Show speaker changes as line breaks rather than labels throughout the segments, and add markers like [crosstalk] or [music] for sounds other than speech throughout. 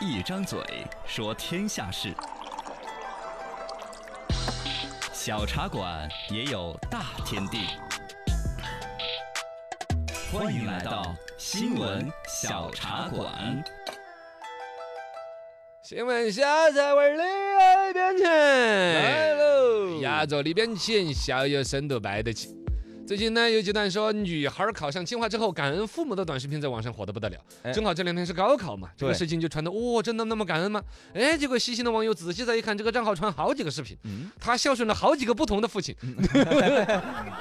一张嘴说天下事，小茶馆也有大天地。欢迎来到新闻小茶馆。
新闻小茶馆的里边去，来
喽
压轴里边请，校友深度白得起。最近呢，有几段说女孩儿考上清华之后感恩父母的短视频在网上火得不得了。
哎
正好这两天是高考嘛，这个
对
事情就传的，哦，真的那么感恩吗？哎，结果细心的网友仔细再一看，这个账号传好几个视频，
嗯
他孝顺了好几个不同的父亲。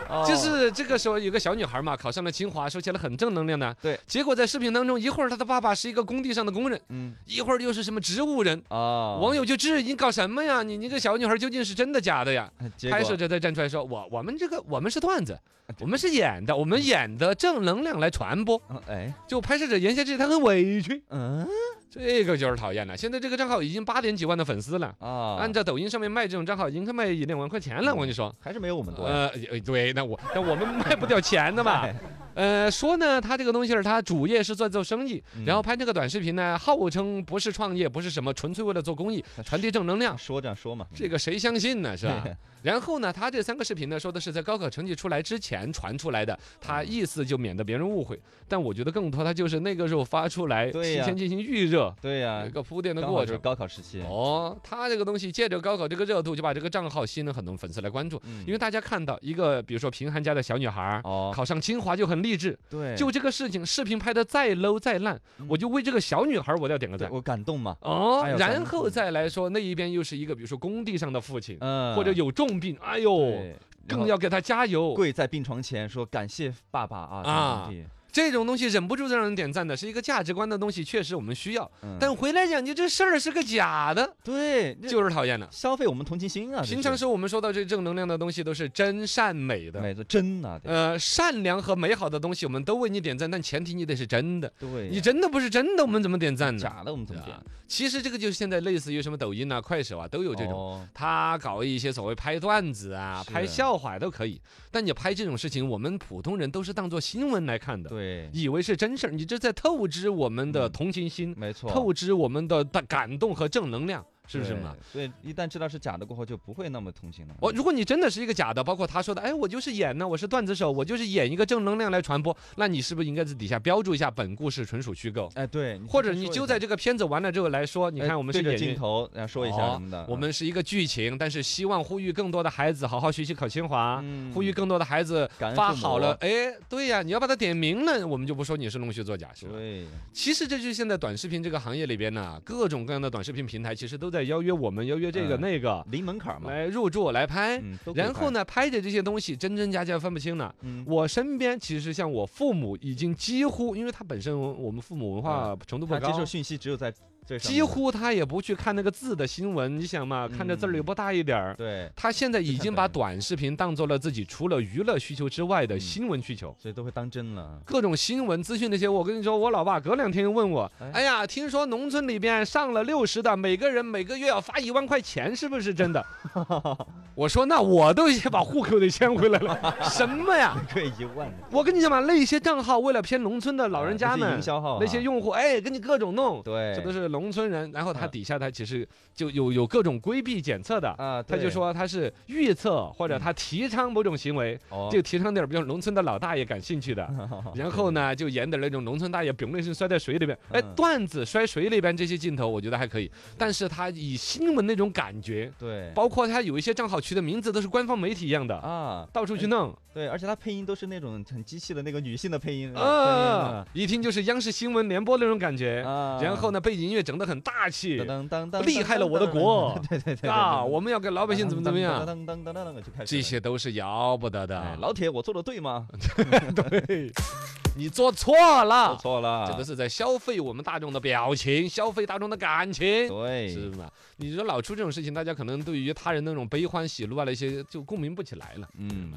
哦
就是这个时候有个小女孩嘛，考上了清华，说起来很正能量的。
对，
结果在视频当中，一会儿她的爸爸是一个工地上的工人，
嗯
一会儿又是什么植物人。
哦，
网友就质疑你搞什么呀？你你这小女孩究竟是真的假的呀？
[laughs] 结
拍摄
果啊
者再站出来说：“我我们这个我们是段子，我们是演的，我们演的正能量来传播。
嗯哎”
就拍摄者言下之意，他很委屈，
嗯
这个就是讨厌了。现在这个账号已经八点几万的粉丝了，
啊，
按照抖音上面卖这种账号，已经可以卖一两万块钱了。我跟你说，
还是没有我们多呀。
呃，呃对，那我那我们卖不掉钱的嘛
哎。
呃，说呢，他这个东西是他主业是在做生意，
嗯
然后拍这个短视频呢，号称不是创业，不是什么，纯粹为了做公益，传递正能量。
说这样说嘛，嗯
这个谁相信呢？是吧？然后呢，他这三个视频呢，说的是在高考成绩出来之前传出来的，他
嗯
意思就免得别人误会。但我觉得更多，他就是那个时候发出来，
对
提
呀
前进行预热，
[laughs] 对呀
有一，个铺垫的
刚好
过
就是
程。
高考时期，
哦，他这个东西借着高考这个热度，就把这个账号吸引了很多粉丝来关注，
嗯
因为大家看到一个，比如说贫寒家的小女孩儿
哦，
考上清华就很励志，
对，嗯
就这个事情，视频拍的再 low 再烂，我就为这个小女孩儿我都要点个
对
赞。
我感动嘛，
哦
哎，呦咱
然
们
后再来说那一边又是一个，比如说工地上的父亲，
嗯，
或者有重病，哎呦，
对然后
更要给他加油。
跪在病床前说感谢爸爸啊
啊
怎么地
这种东西忍不住让人点赞的，是一个价值观的东西，确实我们需要。
嗯
但回来讲，你这事儿是个假的，
对，这
就是讨厌了。
消费我们同情心啊，这
平常
是
时候我们说到这正能量的东西，都是真善美的。
买的真啊呐，对
呃，善良和美好的东西，我们都为你点赞，但前提你得是真的。
对呀，
你真的不是真的，我们怎么点赞呢？
假的我们怎么
对啊
点？
其实这个就是现在类似于什么抖音啊、快手啊都有这种。
种
他搞一些所谓拍段子啊、
哦是
拍笑话都可以，但你拍这种事情，我们普通人都是当做新闻来看的，
对，
以为是真事儿，你这在透支我们的
嗯
同情心，
没错，
透支我们的大感动和正能量，是不是嘛？
对？对，一旦知道是假的过后，就不会那么同情了。
我如果你真的是一个假的，包括他说的，哎，我就是演呢，我是段子手，我就是演一个正能量来传播，那你是不是应该在底下标注一下本故事纯属虚构？
哎，对，
或者你就在这个片子完了之后来说，你
你
看我们是
哎对着
演
镜
员，
头，然后说一下
哦
什么的。
我们是一个剧情，但是希望呼吁更多的孩子好好学习考清华，
嗯
啊呼吁更多的孩子
感恩
发
父母
好了，哎，对呀、你要把它点明了，我们就不说你是弄虚作假，是吧？
对，
其实这就是现在短视频这个行业里边呢，各种各样的短视频平台其实都在邀约我们，邀约这个
嗯
那个
零门槛儿嘛。
来入驻来拍。
嗯，都可以
哎然后
拍？
呢，拍的这些东西真真假假分不清了。
嗯，
我身边其实像我父母已经几乎，因为他本身我们父母文化程度不
啊他接
高
受，讯息只有在这上
几
面
乎他也不去看那个字的新闻。你想嘛，看着字儿又不大
嗯
一点儿，
对，
他现在已
看
经
本
把
人
短视频当做了自己除了娱乐需求之外的
嗯
新闻需求。
所以都会当真了。 [laughs]
各种新闻资讯那些，我跟你说，我老爸隔两天又问我
哎，
哎呀，听说农村里边上了六十的，每个人每个月要发一万块钱，是不是
[laughs]
真的？我说那我都先把户口得迁回来了， [laughs] 什么呀？
对，一万的
我跟你讲嘛，那些账号为了骗农村的老人
啊
家
那些
们
营，销号
那些
啊
用户，哎，跟你各种弄，
对，
这都是农村人。然后他
嗯
底下他其实就有有各种规避检测的。
啊，
他就
对
说他是预测或者
嗯
他提倡某种行为，
哦
就提倡点儿比较农村的老大爷感兴趣
[laughs]
的，然后呢，就演点那种农村大爷，biu 一声摔在水里边，哎，
嗯
段子摔水里边这些镜头，我觉得还可以。但是他以新闻那种感觉，
对
包括他有一些账号取的名字都是官方媒体一样的，
哎啊，
到处去弄，
对，而且他配音都是那种很机器的那个女性的配音
啊
啊
啊，一听就是央视新闻联播那种感觉。
啊，
然后呢，背景音乐整得很大气
噔噔噔噔，
厉害了我的国
对对对对
啊，
对
我们要给老百姓怎么怎么样，
噔噔噔噔噔噔就开始
这
了
些都是要不得
哎
的。
老铁，我做的对吗？
对，你做错
做
了，
错了，
这都是在消费我们大众的表情，消费大众的感情。是
对，
吧？啊你说老出这种事情，大家可能对于他人那种悲欢喜怒啊那些就共鸣不起来了。
嗯。